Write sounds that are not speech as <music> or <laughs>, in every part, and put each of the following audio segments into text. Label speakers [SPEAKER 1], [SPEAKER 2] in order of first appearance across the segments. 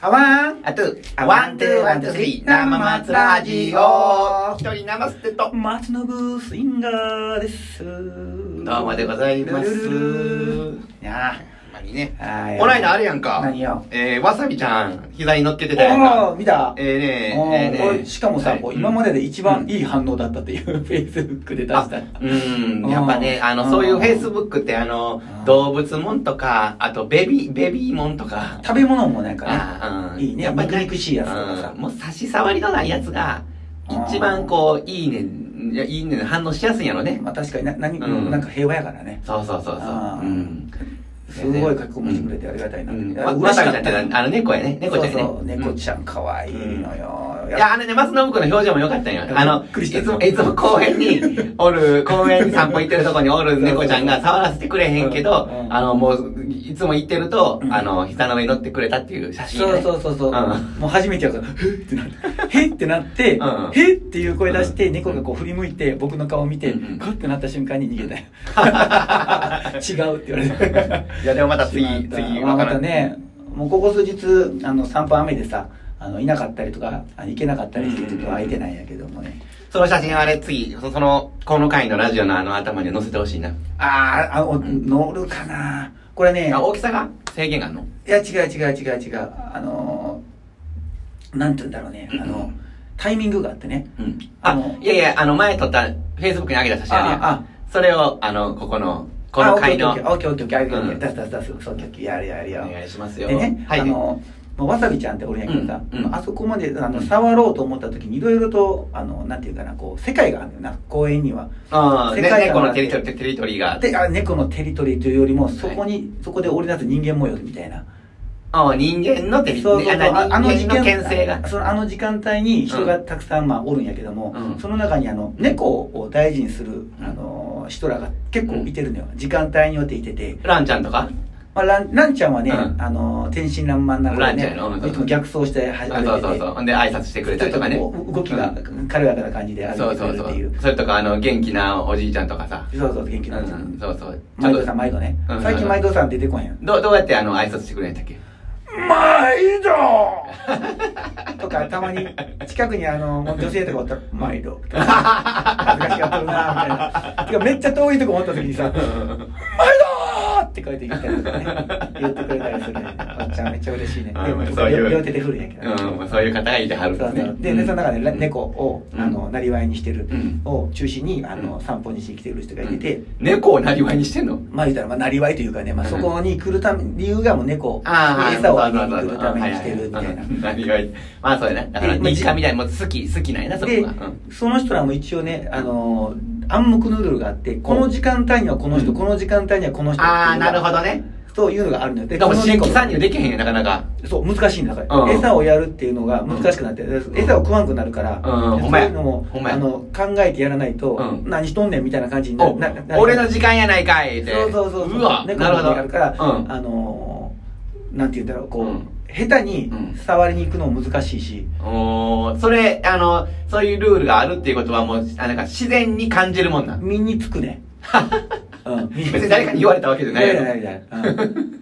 [SPEAKER 1] あワン、あトゥー、あワン、トゥー、ワン、トゥー、スリー、生松ラジオ。一人生捨てと。
[SPEAKER 2] 松信スインガーです。ど
[SPEAKER 1] どう
[SPEAKER 2] う
[SPEAKER 1] もでございます。
[SPEAKER 2] いや
[SPEAKER 1] まにね。
[SPEAKER 2] ー
[SPEAKER 1] こないだあれやんか。
[SPEAKER 2] 何よ。
[SPEAKER 1] えー、わさびちゃん、膝に乗っけてたやん
[SPEAKER 2] ああ、
[SPEAKER 1] か。
[SPEAKER 2] 見た
[SPEAKER 1] えーね
[SPEAKER 2] おー
[SPEAKER 1] えー
[SPEAKER 2] こ
[SPEAKER 1] ね
[SPEAKER 2] れしかもさ、
[SPEAKER 1] はい
[SPEAKER 2] こう今までで一番
[SPEAKER 1] うん
[SPEAKER 2] いい反応だったっていう、 <laughs> フェイスブックで出し
[SPEAKER 1] あ
[SPEAKER 2] た。
[SPEAKER 1] うん、やっぱね、あの、そういうフェイスブックって、あの
[SPEAKER 2] う、ん
[SPEAKER 1] 動物もんとか、あと、ベビー、ベビーもんとか。
[SPEAKER 2] 食べ物もなんか
[SPEAKER 1] あーうん
[SPEAKER 2] ね、いいね。やっぱり肉しいやつとかさ
[SPEAKER 1] うん。もう差し障りのないやつが、一番こう、いいね、いやいいね、反応しやすいんやろね。
[SPEAKER 2] まあ確かにな、何、
[SPEAKER 1] うん
[SPEAKER 2] なんか平和やからね。
[SPEAKER 1] そうそうそうそう。
[SPEAKER 2] あー
[SPEAKER 1] うん。
[SPEAKER 2] すごい書き込みしてくれてありがたいな。いや
[SPEAKER 1] わわさびちゃんってなあの猫やね。猫ちゃん
[SPEAKER 2] そ
[SPEAKER 1] ね。
[SPEAKER 2] うそう、猫
[SPEAKER 1] ゃ
[SPEAKER 2] ちゃん可愛いのよ。
[SPEAKER 1] いや、あのね、松信子の表情も良かったんよ。あの、
[SPEAKER 2] びっくり
[SPEAKER 1] い
[SPEAKER 2] した
[SPEAKER 1] つも、いつも公園におる、公園に散歩行ってるとこにおる猫ちゃんが触らせてくれへんけど
[SPEAKER 2] う、ん
[SPEAKER 1] あの、もう、いつも行ってると
[SPEAKER 2] う、ん
[SPEAKER 1] あの、膝の上に乗ってくれたっていう写真
[SPEAKER 2] そう
[SPEAKER 1] ね。
[SPEAKER 2] そうそうそう、
[SPEAKER 1] ん
[SPEAKER 2] もう初めてやから「ふっ」ってなって「へっ」ってなって
[SPEAKER 1] うん
[SPEAKER 2] 「へっ」っていう声出して、
[SPEAKER 1] うん
[SPEAKER 2] 猫がこう振り向いて僕の顔を見て
[SPEAKER 1] うん
[SPEAKER 2] グッてなった瞬間に逃げ
[SPEAKER 1] <laughs>
[SPEAKER 2] たよ違うって言われて
[SPEAKER 1] いや、でもまた
[SPEAKER 2] し
[SPEAKER 1] 次、
[SPEAKER 2] まった
[SPEAKER 1] 次、
[SPEAKER 2] まあ
[SPEAKER 1] わ
[SPEAKER 2] ま
[SPEAKER 1] か
[SPEAKER 2] た
[SPEAKER 1] らん。
[SPEAKER 2] ねもうここ数日あの散歩雨でさあのいなかったりとかあの行けなかったりしてちょっと空いてないんやけどもね、
[SPEAKER 1] その写真あれ、次、そその、この回のラジオのあの頭に載せてほしいな。
[SPEAKER 2] あーあお乗るかなこれね
[SPEAKER 1] あ、大きさが制限があんの
[SPEAKER 2] いや違う違う違う違うあのーなんて言うんだろうねあのタイミングがあってね
[SPEAKER 1] うん。
[SPEAKER 2] あ
[SPEAKER 1] あ
[SPEAKER 2] の、
[SPEAKER 1] いやいや、あの、前撮った、Facebook に上げた写真あるやん。
[SPEAKER 2] ああ
[SPEAKER 1] それを、あの、ここの、この回の、
[SPEAKER 2] あオッケーオッケーオッケーオッケーオッケー
[SPEAKER 1] うん
[SPEAKER 2] 出す出す出すそうオッケーオッケーやるやる
[SPEAKER 1] お
[SPEAKER 2] やる
[SPEAKER 1] 願いします
[SPEAKER 2] で
[SPEAKER 1] よ。
[SPEAKER 2] ね、
[SPEAKER 1] はい。
[SPEAKER 2] あのまあわさびちゃんって俺やけどさ、
[SPEAKER 1] うんうん
[SPEAKER 2] あそこまであの
[SPEAKER 1] うん
[SPEAKER 2] 触ろうと思った時にいろいろとあのなんていうかなこう世界があるんだよな公園には
[SPEAKER 1] ああ、
[SPEAKER 2] 世
[SPEAKER 1] ね、
[SPEAKER 2] 界観が
[SPEAKER 1] 猫
[SPEAKER 2] あ
[SPEAKER 1] の
[SPEAKER 2] って
[SPEAKER 1] テリトリー、テリトリーが。
[SPEAKER 2] であ猫のテリトリーというよりも
[SPEAKER 1] い
[SPEAKER 2] そこに、そこで織り出す人間模様みたいな
[SPEAKER 1] ああ、人間のテリ
[SPEAKER 2] そ
[SPEAKER 1] ト
[SPEAKER 2] う
[SPEAKER 1] リ
[SPEAKER 2] そうそう
[SPEAKER 1] ー、あな人間の牽制が。
[SPEAKER 2] そのあの時間帯に人がたくさん、まあ、おるんやけども、
[SPEAKER 1] うん
[SPEAKER 2] その中にあの猫を大事にする、
[SPEAKER 1] うん
[SPEAKER 2] あの人らが結構いてるのよ、時間帯によっていてて、
[SPEAKER 1] ランちゃんとか
[SPEAKER 2] まあ、ランランちゃんはね、
[SPEAKER 1] うん
[SPEAKER 2] あの天真爛漫な子でね
[SPEAKER 1] ランちゃんやろ
[SPEAKER 2] いつも逆走して
[SPEAKER 1] あ
[SPEAKER 2] 始めてて
[SPEAKER 1] そうそうそう。ほんで、挨拶してくれたりとかね
[SPEAKER 2] ちょっとこ。う動きが
[SPEAKER 1] うん
[SPEAKER 2] 軽やかな感じで歩
[SPEAKER 1] そ
[SPEAKER 2] いうて
[SPEAKER 1] そ
[SPEAKER 2] く
[SPEAKER 1] う
[SPEAKER 2] れる
[SPEAKER 1] そ
[SPEAKER 2] っていうう。
[SPEAKER 1] それとか、あの、元気なおじいちゃんとかさ。
[SPEAKER 2] そうそう元気なおじさん
[SPEAKER 1] うん、そうそう。ちょ
[SPEAKER 2] 毎
[SPEAKER 1] っ
[SPEAKER 2] 度
[SPEAKER 1] と
[SPEAKER 2] さん、毎度ね
[SPEAKER 1] うん。
[SPEAKER 2] 最近毎度さん出てこへん。
[SPEAKER 1] どう、どうやってあの、挨拶してくれんやったっけ
[SPEAKER 2] 毎度 <laughs> とか、たまに、近くにあの、女性とかおったら、毎度。恥ずかしかったな、みたいな。てか、めっちゃ遠いとこ持った時にさ、毎度って書いてきたりとかね、言ってくれたりする。おっちゃんめっちゃ嬉しいね。で
[SPEAKER 1] うん
[SPEAKER 2] も
[SPEAKER 1] そういう
[SPEAKER 2] 両手で振るんやけどね。
[SPEAKER 1] うん、そういう方がいてはるん
[SPEAKER 2] そう
[SPEAKER 1] です
[SPEAKER 2] そ
[SPEAKER 1] ね
[SPEAKER 2] う。で、でその中で、猫を、
[SPEAKER 1] うん
[SPEAKER 2] あの、なりわいにしてる
[SPEAKER 1] うん、
[SPEAKER 2] を中心に、あ
[SPEAKER 1] う
[SPEAKER 2] の、
[SPEAKER 1] ん
[SPEAKER 2] 散歩にしてきてる人がいて
[SPEAKER 1] う
[SPEAKER 2] て
[SPEAKER 1] ん、猫をなりわいにしてんの
[SPEAKER 2] まあ言ったら、まあ、なりわいというかね、まあ、そこに来るため、理由がもう猫
[SPEAKER 1] ああ、
[SPEAKER 2] 餌をあげ
[SPEAKER 1] そう
[SPEAKER 2] に
[SPEAKER 1] そ
[SPEAKER 2] 来
[SPEAKER 1] うそう
[SPEAKER 2] るためにしてるみたいな。
[SPEAKER 1] うんなりわい。まあ、そうやな。だから、
[SPEAKER 2] でまあ
[SPEAKER 1] 日課みたいに、もう好き、好きなんやな、そこ
[SPEAKER 2] で
[SPEAKER 1] が。うん、
[SPEAKER 2] その人らも一応ね、あのー、暗黙のルールがあって、この時間帯にはこの人、
[SPEAKER 1] うん
[SPEAKER 2] この時間帯にはこの人。
[SPEAKER 1] ああ、なるほど。ね。
[SPEAKER 2] そういうのがあるのよ。
[SPEAKER 1] で
[SPEAKER 2] こ
[SPEAKER 1] も
[SPEAKER 2] の
[SPEAKER 1] 新
[SPEAKER 2] 猫
[SPEAKER 1] 規参入できへんよ、なかなか。
[SPEAKER 2] そう、難しいんだから。
[SPEAKER 1] うん
[SPEAKER 2] 餌をやるっていうのが難しくなって、餌を食わんくなるから、
[SPEAKER 1] うん
[SPEAKER 2] そ
[SPEAKER 1] ほん
[SPEAKER 2] う
[SPEAKER 1] まや
[SPEAKER 2] いうのも、
[SPEAKER 1] ほんまや
[SPEAKER 2] あの、考えてやらないと、
[SPEAKER 1] うん
[SPEAKER 2] 何しとんねんみたいな感じにな
[SPEAKER 1] お
[SPEAKER 2] なな、
[SPEAKER 1] 俺の時間やないかいって。
[SPEAKER 2] そうそうそうそう。
[SPEAKER 1] うわ、
[SPEAKER 2] 猫
[SPEAKER 1] なるほど。
[SPEAKER 2] があるから、
[SPEAKER 1] うん。
[SPEAKER 2] あのー、なんて言うんだろう、こう、
[SPEAKER 1] うん
[SPEAKER 2] 下手に
[SPEAKER 1] うん
[SPEAKER 2] 触りに行くのも難しいし、
[SPEAKER 1] おーそれ、あの、そういうルールがあるっていうことはもう、あなんか自然に感じるもんなん。
[SPEAKER 2] 身につく
[SPEAKER 1] <laughs>
[SPEAKER 2] ね。うん、身
[SPEAKER 1] 別に誰かに言われたわけじゃない
[SPEAKER 2] や
[SPEAKER 1] や
[SPEAKER 2] い
[SPEAKER 1] ろ
[SPEAKER 2] やいやいや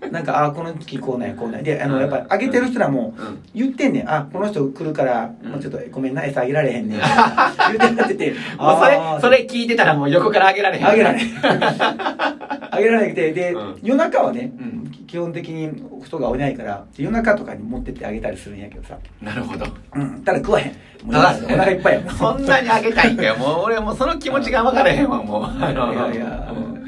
[SPEAKER 2] うんなんか、あーこの時こうなんや、こうなんや。で、あの、
[SPEAKER 1] うん
[SPEAKER 2] やっぱり、あげてる人らも
[SPEAKER 1] うん、
[SPEAKER 2] 言ってんねん。あ、この人来るから、
[SPEAKER 1] うん
[SPEAKER 2] もうちょっとごめんな、餌あげられへ
[SPEAKER 1] <laughs>
[SPEAKER 2] んねん。言ってなってて、
[SPEAKER 1] もうそれ
[SPEAKER 2] あー、
[SPEAKER 1] それ聞いてたらもう横から上げられへん。
[SPEAKER 2] <laughs> あげられ
[SPEAKER 1] <laughs>
[SPEAKER 2] へん。あげられなくて、で、
[SPEAKER 1] うん
[SPEAKER 2] 夜中はね、
[SPEAKER 1] うん
[SPEAKER 2] 基本的に人がおりないから、夜中とかに持ってってあげたりするんやけどさ。
[SPEAKER 1] なるほど。
[SPEAKER 2] うん、ただ食わへん。もう
[SPEAKER 1] ただ
[SPEAKER 2] お腹いっぱいや。
[SPEAKER 1] <laughs> そんなにあげたいんかよ。もう俺もうその気持ちが分からへんわ、もう。あ
[SPEAKER 2] い
[SPEAKER 1] の
[SPEAKER 2] やいや、い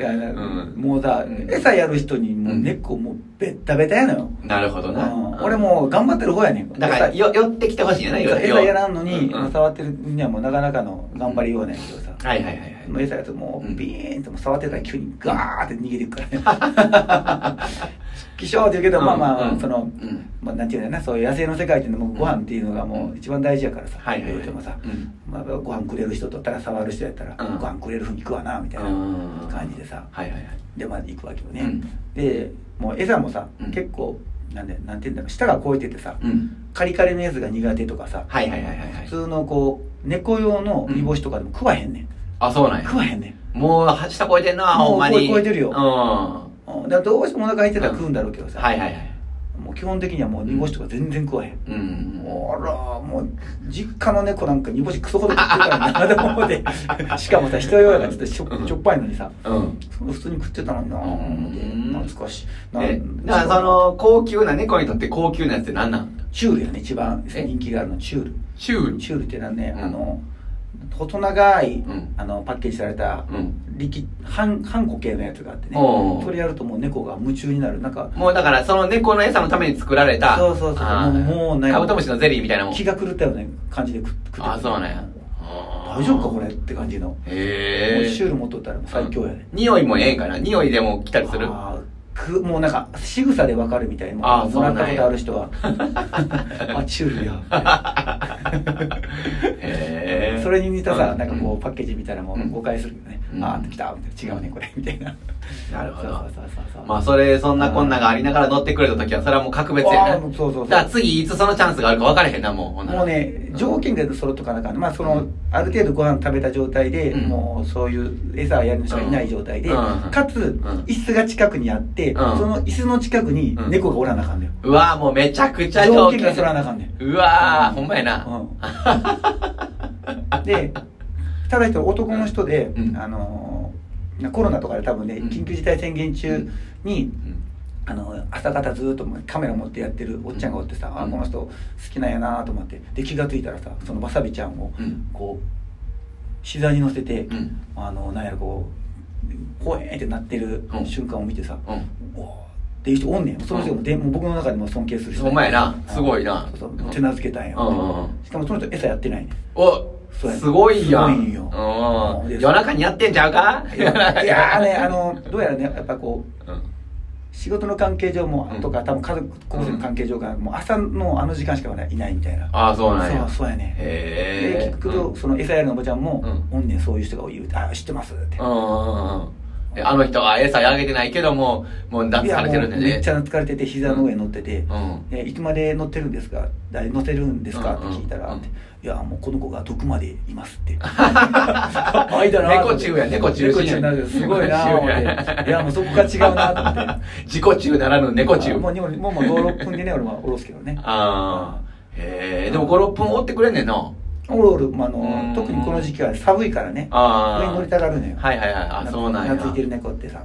[SPEAKER 2] やな
[SPEAKER 1] うん
[SPEAKER 2] もうさ、
[SPEAKER 1] うん
[SPEAKER 2] 餌やる人にもう
[SPEAKER 1] うん
[SPEAKER 2] 猫もうベッタベタやのよ。
[SPEAKER 1] なるほどな。
[SPEAKER 2] うん
[SPEAKER 1] うん
[SPEAKER 2] 俺、もう頑張ってる方やねん。
[SPEAKER 1] だから、
[SPEAKER 2] 餌
[SPEAKER 1] よ、寄ってきてほしいんやな、
[SPEAKER 2] 餌
[SPEAKER 1] よ
[SPEAKER 2] 餌やらんのに、
[SPEAKER 1] うんうんはい
[SPEAKER 2] 触ってるにはもうなかなかの頑張りようなんやけどさ。
[SPEAKER 1] はいはいはい。
[SPEAKER 2] もう餌やるとも
[SPEAKER 1] う
[SPEAKER 2] うんビーンともう触ってたら急にガーって逃げていくからね。 <laughs> 気象って言うけど、まあまあ、
[SPEAKER 1] うん
[SPEAKER 2] その、
[SPEAKER 1] うん
[SPEAKER 2] まあなんていうんだろうな、そういう野生の世界っていうのもご飯っていうのがもう一番大事やからさ。
[SPEAKER 1] はいはい
[SPEAKER 2] 言
[SPEAKER 1] は
[SPEAKER 2] う
[SPEAKER 1] い。
[SPEAKER 2] てもさ、
[SPEAKER 1] うん
[SPEAKER 2] まあ、ご飯くれる人とったら触る人やったら、
[SPEAKER 1] うん
[SPEAKER 2] ご飯くれるふうに食わなみたいな
[SPEAKER 1] うん
[SPEAKER 2] 感じでさ
[SPEAKER 1] はいはいはい。
[SPEAKER 2] でまあ行くわけよね、
[SPEAKER 1] うん
[SPEAKER 2] でもう餌もさ、
[SPEAKER 1] うん
[SPEAKER 2] 結構なんでなんて言うんだろう舌が超えててさ、
[SPEAKER 1] うん。
[SPEAKER 2] カリカリのやつが苦手とかさ
[SPEAKER 1] はいはいはいはいはい
[SPEAKER 2] 普。通のこう猫用の煮干しとかでも食わへんねん、
[SPEAKER 1] あ、そうなんや
[SPEAKER 2] 食。わへんねん
[SPEAKER 1] もう、は下超えてんな、
[SPEAKER 2] もう
[SPEAKER 1] ほんまに。
[SPEAKER 2] 超え超えてるよ
[SPEAKER 1] うん。は
[SPEAKER 2] うんだからどうしてもお腹空いてたら食うんだろうけど
[SPEAKER 1] い
[SPEAKER 2] さ、
[SPEAKER 1] はいはい。
[SPEAKER 2] もう基本的にはもう煮干しとか全然食わへん、
[SPEAKER 1] うんうん
[SPEAKER 2] もうあらもう実家の猫なんか煮干しクソほど食ってるからなでも思
[SPEAKER 1] <laughs>
[SPEAKER 2] ってしかもさ人用やからちょっとしょしょっぱいのにさ
[SPEAKER 1] うん
[SPEAKER 2] その普通に食ってたのにな思って
[SPEAKER 1] うん
[SPEAKER 2] 懐かしいな
[SPEAKER 1] ね、だからその高級な猫にとって高級なやつって何なん
[SPEAKER 2] チュールやね一番
[SPEAKER 1] え
[SPEAKER 2] 人気があるのチュール
[SPEAKER 1] チュール
[SPEAKER 2] チュールっていうのはね、
[SPEAKER 1] うん
[SPEAKER 2] あの細長い、
[SPEAKER 1] うん
[SPEAKER 2] あのパッケージされた
[SPEAKER 1] うん
[SPEAKER 2] 力半半固形のやつがあってね
[SPEAKER 1] おうおう
[SPEAKER 2] それやるともう猫が夢中になるなんか
[SPEAKER 1] もうだからその猫の餌のために作られた
[SPEAKER 2] そうそうそう
[SPEAKER 1] あー
[SPEAKER 2] もうもうない
[SPEAKER 1] カブトムシのゼリーみたいなもん
[SPEAKER 2] 気が狂ったような感じで食食ってくる
[SPEAKER 1] あそうなんや
[SPEAKER 2] 大丈夫かこれって感じの、
[SPEAKER 1] へ
[SPEAKER 2] もう
[SPEAKER 1] え
[SPEAKER 2] シュール持っとったら最強やね、
[SPEAKER 1] 匂いもええんかな匂いでも来たりする
[SPEAKER 2] あーくもうなんか仕草でわかるみたいな
[SPEAKER 1] あー
[SPEAKER 2] もらったことある
[SPEAKER 1] そ
[SPEAKER 2] 人は
[SPEAKER 1] <laughs>
[SPEAKER 2] あチュールや
[SPEAKER 1] へえ
[SPEAKER 2] それに似たさ、
[SPEAKER 1] うん
[SPEAKER 2] なんかこうパッケージみたいなも
[SPEAKER 1] うん
[SPEAKER 2] ん誤解するよね、
[SPEAKER 1] うん
[SPEAKER 2] ああ来たみたいな違うねこれみたいな
[SPEAKER 1] なるほど
[SPEAKER 2] そうそうそうそう
[SPEAKER 1] まあそれそんなこんながありながら乗ってくれた時はそれはもう格別や
[SPEAKER 2] あ
[SPEAKER 1] な
[SPEAKER 2] ーもうそうそうそう
[SPEAKER 1] だから次いつそのチャンスがあるか分からへんなもうほんなら
[SPEAKER 2] もうね条件が揃っとかなあかんまあその、ある程度ご飯食べた状態で、
[SPEAKER 1] うん
[SPEAKER 2] もうそういう餌やる人がいない状態で、
[SPEAKER 1] うん
[SPEAKER 2] かつ、椅子が近くにあって、
[SPEAKER 1] うん
[SPEAKER 2] その椅子の近くに
[SPEAKER 1] うん
[SPEAKER 2] 猫がおらなあかんだよ、
[SPEAKER 1] うわーもうめちゃくちゃ
[SPEAKER 2] 条件が揃わなあかんねん
[SPEAKER 1] うわ
[SPEAKER 2] う
[SPEAKER 1] ー
[SPEAKER 2] ん
[SPEAKER 1] ほんまやな <laughs>
[SPEAKER 2] うんでただ一人男の人で、
[SPEAKER 1] うん
[SPEAKER 2] あのーコロナとかで多分ね、
[SPEAKER 1] うん
[SPEAKER 2] 緊急事態宣言中に、
[SPEAKER 1] うん
[SPEAKER 2] あの朝方ずっともうカメラ持ってやってるおっちゃんがおってさ、
[SPEAKER 1] うん
[SPEAKER 2] あこの人好きなんやなと思ってで気が付いたらさそのわさびちゃんを
[SPEAKER 1] うん
[SPEAKER 2] こう膝に乗せて、
[SPEAKER 1] うん
[SPEAKER 2] あのなんやろこうほえーってなってる
[SPEAKER 1] うん
[SPEAKER 2] 瞬間を見てさ、
[SPEAKER 1] うん
[SPEAKER 2] おーっていう人おんねんその人も,、でもう僕の中でも尊敬する人
[SPEAKER 1] ほんまやな
[SPEAKER 2] うん
[SPEAKER 1] すごいな
[SPEAKER 2] そう
[SPEAKER 1] う
[SPEAKER 2] そ
[SPEAKER 1] ん
[SPEAKER 2] う手なずけたんや、
[SPEAKER 1] うんうんうん
[SPEAKER 2] しかもその人餌やってないね
[SPEAKER 1] <laughs>
[SPEAKER 2] ん
[SPEAKER 1] お
[SPEAKER 2] そうやね
[SPEAKER 1] すごいやん
[SPEAKER 2] すごいよ
[SPEAKER 1] うん
[SPEAKER 2] で
[SPEAKER 1] 夜中にやってんちゃうか
[SPEAKER 2] いやいやーねあのどうやらねやっぱこう
[SPEAKER 1] うん
[SPEAKER 2] 仕事の関係上も、
[SPEAKER 1] うん
[SPEAKER 2] とか多分家族構成の関係上からもう朝のあの時間しかいないみたいな
[SPEAKER 1] ああそうなんや
[SPEAKER 2] そうそうやねで
[SPEAKER 1] へえ
[SPEAKER 2] 聞くと、その餌やるのおばちゃんも「
[SPEAKER 1] う
[SPEAKER 2] おんねんそういう人が言うて」「あ知ってます」って
[SPEAKER 1] うんうんうんうんであの人は餌あげてないけどももう脱
[SPEAKER 2] いや
[SPEAKER 1] されてるんで
[SPEAKER 2] もうめ
[SPEAKER 1] ね
[SPEAKER 2] っちゃ疲れてて膝の上に乗ってて、
[SPEAKER 1] うん
[SPEAKER 2] えいつまで乗ってるんですか誰乗せるんですか?」
[SPEAKER 1] う
[SPEAKER 2] っ
[SPEAKER 1] ん
[SPEAKER 2] て
[SPEAKER 1] うん
[SPEAKER 2] 聞いたら「
[SPEAKER 1] うん
[SPEAKER 2] っていやもうこの子が毒までいます」っ
[SPEAKER 1] <laughs>
[SPEAKER 2] て「あいだな」
[SPEAKER 1] 猫中や猫中
[SPEAKER 2] 猫中になるすごいな思っていやもうそこが違うなと思って
[SPEAKER 1] 自己中ならぬ <laughs> 猫中
[SPEAKER 2] あもうにももうもう56分でね俺はおろすけどね
[SPEAKER 1] ああへえでも56分追ってくれんねんな
[SPEAKER 2] おるおる、まあ、あ
[SPEAKER 1] うん
[SPEAKER 2] の特にこの時期は寒いからね
[SPEAKER 1] ああ
[SPEAKER 2] 上に乗りたがるのよ
[SPEAKER 1] はいはいはいあそうなんや
[SPEAKER 2] 懐いてる猫ってさ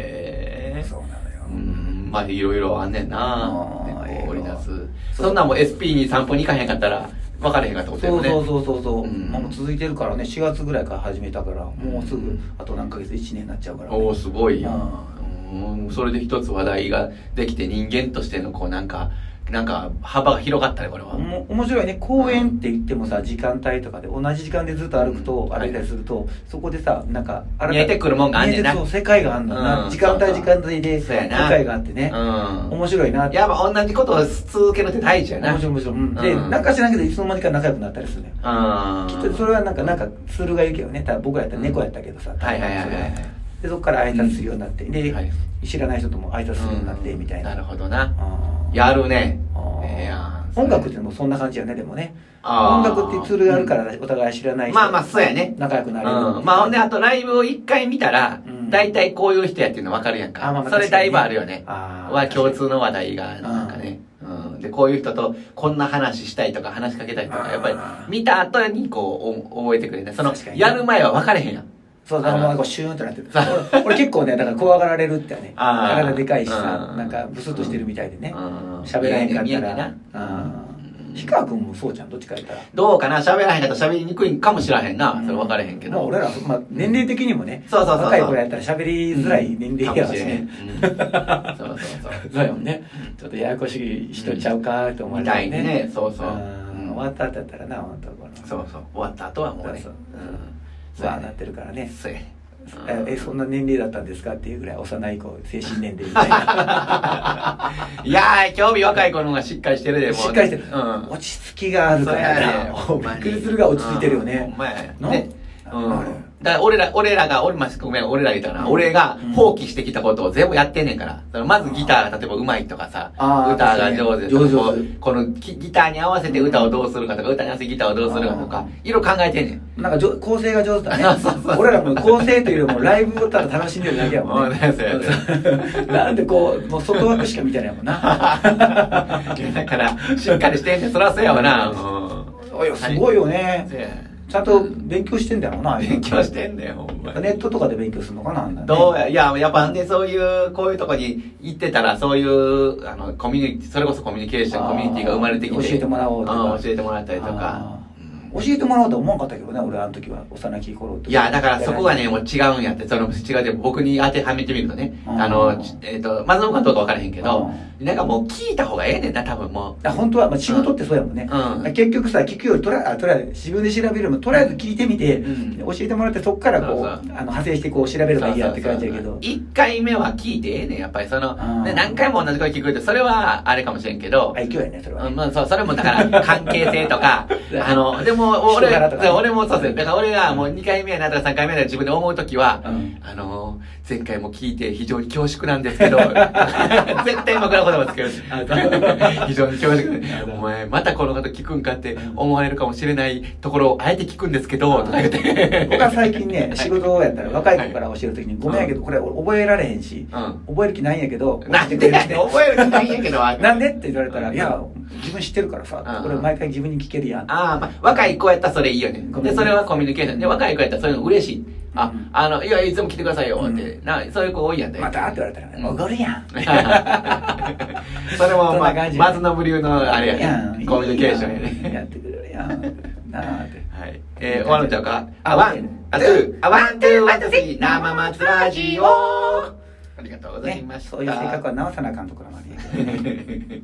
[SPEAKER 1] へえ
[SPEAKER 2] そうなのよ
[SPEAKER 1] うんまあいろいろあんねんな
[SPEAKER 2] あー
[SPEAKER 1] 猫を織り出
[SPEAKER 2] いろい
[SPEAKER 1] す
[SPEAKER 2] ろ
[SPEAKER 1] そんなんも SP に散歩に行かへんかったら分かれへんかったことや
[SPEAKER 2] そ
[SPEAKER 1] も
[SPEAKER 2] うん
[SPEAKER 1] ね
[SPEAKER 2] そうそうそうそう、
[SPEAKER 1] うん
[SPEAKER 2] まあ、もう続いてるからね4月ぐらいから始めたからもうすぐあと何ヶ月1年になっちゃうから、ね、
[SPEAKER 1] おおすごいや
[SPEAKER 2] うん
[SPEAKER 1] んうんそれで一つ話題ができて人間としてのこうなんかなんか幅が広がったねこれは
[SPEAKER 2] おも面白いね公園って言ってもさ時間帯とかで同じ時間でずっと歩くと、
[SPEAKER 1] うん
[SPEAKER 2] 歩いたりするとそこでさなんか新た
[SPEAKER 1] 見えてくるもんがあんねんな
[SPEAKER 2] 見えてそう世界があんだな、
[SPEAKER 1] うん
[SPEAKER 2] 時間
[SPEAKER 1] そう
[SPEAKER 2] 帯
[SPEAKER 1] そう
[SPEAKER 2] 時間帯で
[SPEAKER 1] そう
[SPEAKER 2] 世
[SPEAKER 1] やな
[SPEAKER 2] 界があってね、
[SPEAKER 1] うん
[SPEAKER 2] 面白いなって
[SPEAKER 1] やっぱ同じことを続けるって大事やな
[SPEAKER 2] 面白い面白い、うん
[SPEAKER 1] うん
[SPEAKER 2] でなんか知らんけどいつの間にか仲良くなったりするね
[SPEAKER 1] あ
[SPEAKER 2] き
[SPEAKER 1] ー
[SPEAKER 2] っとそれはなんかなんかツールがいるけどねただ僕らやったら猫やったけどさ、
[SPEAKER 1] はいはいはいはいはい
[SPEAKER 2] でそこから挨拶するようになって、で、
[SPEAKER 1] はい
[SPEAKER 2] 知らない人とも挨拶するようになって
[SPEAKER 1] うん
[SPEAKER 2] みたいな、
[SPEAKER 1] なるほどな
[SPEAKER 2] あー
[SPEAKER 1] やるね
[SPEAKER 2] あー
[SPEAKER 1] ええやん
[SPEAKER 2] 音楽ってのもそんな感じやねでもね
[SPEAKER 1] あ
[SPEAKER 2] 音
[SPEAKER 1] ー
[SPEAKER 2] 楽っていうツールがあるからお互い知らない人
[SPEAKER 1] まあまあそうやね
[SPEAKER 2] 仲良く
[SPEAKER 1] うん
[SPEAKER 2] なれる
[SPEAKER 1] まあほんであとライブを一回見たら
[SPEAKER 2] うん
[SPEAKER 1] 大体こういう人やっていうの分かるやん
[SPEAKER 2] あま
[SPEAKER 1] か
[SPEAKER 2] あまあ
[SPEAKER 1] それ
[SPEAKER 2] 確か
[SPEAKER 1] だ
[SPEAKER 2] に
[SPEAKER 1] い
[SPEAKER 2] ね
[SPEAKER 1] ぶあるよね
[SPEAKER 2] あー
[SPEAKER 1] は共通の話題がなんかねうんでこういう人とこんな話したいとか話しかけたいと
[SPEAKER 2] あ
[SPEAKER 1] か
[SPEAKER 2] ー
[SPEAKER 1] やっぱり見た後にこうお覚えてくれるねその
[SPEAKER 2] 確かにね
[SPEAKER 1] やる前は分かれへんやん
[SPEAKER 2] そうだからもうなんかシューンとなってる
[SPEAKER 1] そう
[SPEAKER 2] 俺俺結構ねだから怖がられるってね
[SPEAKER 1] <laughs> あー
[SPEAKER 2] 体でかいし
[SPEAKER 1] う
[SPEAKER 2] さ
[SPEAKER 1] ん
[SPEAKER 2] なんかブスッとしてるみたいでね
[SPEAKER 1] うん
[SPEAKER 2] 喋らへんかっ
[SPEAKER 1] 見え
[SPEAKER 2] た
[SPEAKER 1] んね
[SPEAKER 2] ら
[SPEAKER 1] んな
[SPEAKER 2] うん氷川君もそうじゃんどっちか言ったら
[SPEAKER 1] どうかな喋らへんかったら喋りにくいんかもしらへんなそれ分かれへんけど
[SPEAKER 2] まあ俺ら、まあ、年齢的にもね、
[SPEAKER 1] そうそうそうそう
[SPEAKER 2] 若い頃やったら喋りづらい年齢やしね、
[SPEAKER 1] かもしれへんうんそうそうそう
[SPEAKER 2] <laughs> そうよねちょっとややこしい人ちゃうかと思わ
[SPEAKER 1] み
[SPEAKER 2] れた
[SPEAKER 1] た
[SPEAKER 2] り
[SPEAKER 1] い
[SPEAKER 2] ね
[SPEAKER 1] にねそうそう
[SPEAKER 2] うん終わった後だったらな本当この
[SPEAKER 1] そうそう終わった後はもうね
[SPEAKER 2] そう
[SPEAKER 1] う
[SPEAKER 2] そうんわーなってるからね
[SPEAKER 1] そうやね
[SPEAKER 2] え
[SPEAKER 1] うん
[SPEAKER 2] えそんな年齢だったんですかっていうぐらい幼い子精神年齢みたいな
[SPEAKER 1] いやー興味若い子の方がしっかりして <laughs> るでもう
[SPEAKER 2] しっかりしてる、
[SPEAKER 1] うん
[SPEAKER 2] 落ち着きがあるから
[SPEAKER 1] そうやね
[SPEAKER 2] なびっくりするが落ち着いてるよ
[SPEAKER 1] うんほ
[SPEAKER 2] ね
[SPEAKER 1] んまや
[SPEAKER 2] な
[SPEAKER 1] ね
[SPEAKER 2] な、
[SPEAKER 1] うん
[SPEAKER 2] あれ
[SPEAKER 1] だから俺ら、俺らが、俺、まあ、ごめん、俺ら言ったかな、俺が
[SPEAKER 2] うん
[SPEAKER 1] 放棄してきたことを全部やってんねんから。だからまずギターが例えば上手いとかさ、
[SPEAKER 2] あー
[SPEAKER 1] 歌が上手と
[SPEAKER 2] 上手
[SPEAKER 1] か、こうこのきギターに合わせて歌をどうするかとか、歌に合わせてギターをどうするかと
[SPEAKER 2] あ
[SPEAKER 1] か
[SPEAKER 2] ー、
[SPEAKER 1] いろいろ考えてんねん。
[SPEAKER 2] なんかじょ構成が上手だね
[SPEAKER 1] <laughs> そうそうそう
[SPEAKER 2] 俺らもう構成というよりもライブをただ楽しんでるだけやもんね
[SPEAKER 1] うん <laughs> そうや
[SPEAKER 2] うんなんでこうもう外枠しか見てないもんな
[SPEAKER 1] <laughs> <laughs> だから、しっかりしてんねん。そらそうや
[SPEAKER 2] <laughs>
[SPEAKER 1] わな。うん
[SPEAKER 2] おいすごいよね
[SPEAKER 1] そうや
[SPEAKER 2] ちゃんと勉強してんだろうな
[SPEAKER 1] 勉強してんねん、ほんまに
[SPEAKER 2] ネットとかで勉強するのかなあんなね
[SPEAKER 1] どうや、いや、やっぱね、そういう、こういうとこに行ってたら、そういう、あの、コミュニティ、それこそコミュニケーション、
[SPEAKER 2] あー
[SPEAKER 1] コミュニティが生まれてきて。
[SPEAKER 2] 教えてもらおうとか
[SPEAKER 1] ん教えてもらったりとか
[SPEAKER 2] あ。
[SPEAKER 1] うん
[SPEAKER 2] 教えてもらおうとは思わんかったけどね俺あの時は幼き頃
[SPEAKER 1] いや、だからそこがね、もう違うんやって、その違うで、僕に当てはめてみるとね、
[SPEAKER 2] うん
[SPEAKER 1] あの、ちえっ、と、松野かどうか分からへんけど、なんかもう聞いた方がええねんな、多分も
[SPEAKER 2] あ本当は、まあ、仕事ってそうやもんね、
[SPEAKER 1] うん
[SPEAKER 2] 結局さ聞くよりとらあとりあえず自分で調べるよりもとりあえず聞いてみて、
[SPEAKER 1] うん
[SPEAKER 2] 教えてもらってそこからこう
[SPEAKER 1] そうそう
[SPEAKER 2] あの派生してこう調べ
[SPEAKER 1] う。
[SPEAKER 2] ればいいやって感じやけど
[SPEAKER 1] 1回目は聞いてええねん、やっぱりその、
[SPEAKER 2] うん
[SPEAKER 1] ね何回も同じ声聞くって、それはあれかもしれんけど、
[SPEAKER 2] 愛嬌やねそれは
[SPEAKER 1] う
[SPEAKER 2] ね、、
[SPEAKER 1] ん、まあ、そう、それもだから、関係性とかあの、でも、俺、
[SPEAKER 2] 人柄とかね
[SPEAKER 1] 俺もそうです。だから俺がもう2回目やなとか3回目やな自分で思うときは、
[SPEAKER 2] うん
[SPEAKER 1] あの、前回も聞いて非常に恐縮なんですけど、絶対僕の言葉つける
[SPEAKER 2] あそ。
[SPEAKER 1] 非常に恐縮
[SPEAKER 2] あそう
[SPEAKER 1] お前、またこのこと聞くんかって思われるかもしれないところをあえて聞くんですけど、とか言って。
[SPEAKER 2] 僕は最近ね仕事やったら若い
[SPEAKER 1] はい
[SPEAKER 2] 子から教える時に「ごめんやけどこれ覚えられへんし
[SPEAKER 1] うん。
[SPEAKER 2] 覚える気ないんやけど
[SPEAKER 1] <laughs> なん
[SPEAKER 2] 教えてくれ
[SPEAKER 1] で
[SPEAKER 2] る
[SPEAKER 1] やねん覚える気ないんやけど、あ
[SPEAKER 2] なんで?」って言われたら「
[SPEAKER 1] うん
[SPEAKER 2] いや自分知ってるからさ
[SPEAKER 1] うん
[SPEAKER 2] これ毎回自分に聞けるやん」
[SPEAKER 1] ああ、まあ、若い子やったらそれいいよね
[SPEAKER 2] コ。ミュニケーショ
[SPEAKER 1] で、
[SPEAKER 2] ン
[SPEAKER 1] それはコミュニケーション。で、若い子やったらそういうの嬉しい。あ
[SPEAKER 2] うん、
[SPEAKER 1] あの、いや、いつも来てくださいよ、って。
[SPEAKER 2] う
[SPEAKER 1] な、そういう子多いやんだよ。
[SPEAKER 2] ま
[SPEAKER 1] <laughs>
[SPEAKER 2] たって言われた
[SPEAKER 1] う
[SPEAKER 2] ら「
[SPEAKER 1] ん
[SPEAKER 2] おごるやん」
[SPEAKER 1] それも、
[SPEAKER 2] そ
[SPEAKER 1] まあ、
[SPEAKER 2] んな感じ
[SPEAKER 1] マズノブ流の、あれや
[SPEAKER 2] いい
[SPEAKER 1] ね。コミュニケーションや
[SPEAKER 2] いいや
[SPEAKER 1] ね。
[SPEAKER 2] ってくれるやんなあって
[SPEAKER 1] はい。えー、終わるんちゃうかあ、ワン、あ、ツー、あ、ワン、ツー、ワン、ツー、スリー、生松ラジオありがとうござい
[SPEAKER 2] ね
[SPEAKER 1] ました。 <laughs>
[SPEAKER 2] そういう性格は直さなあかんところまで。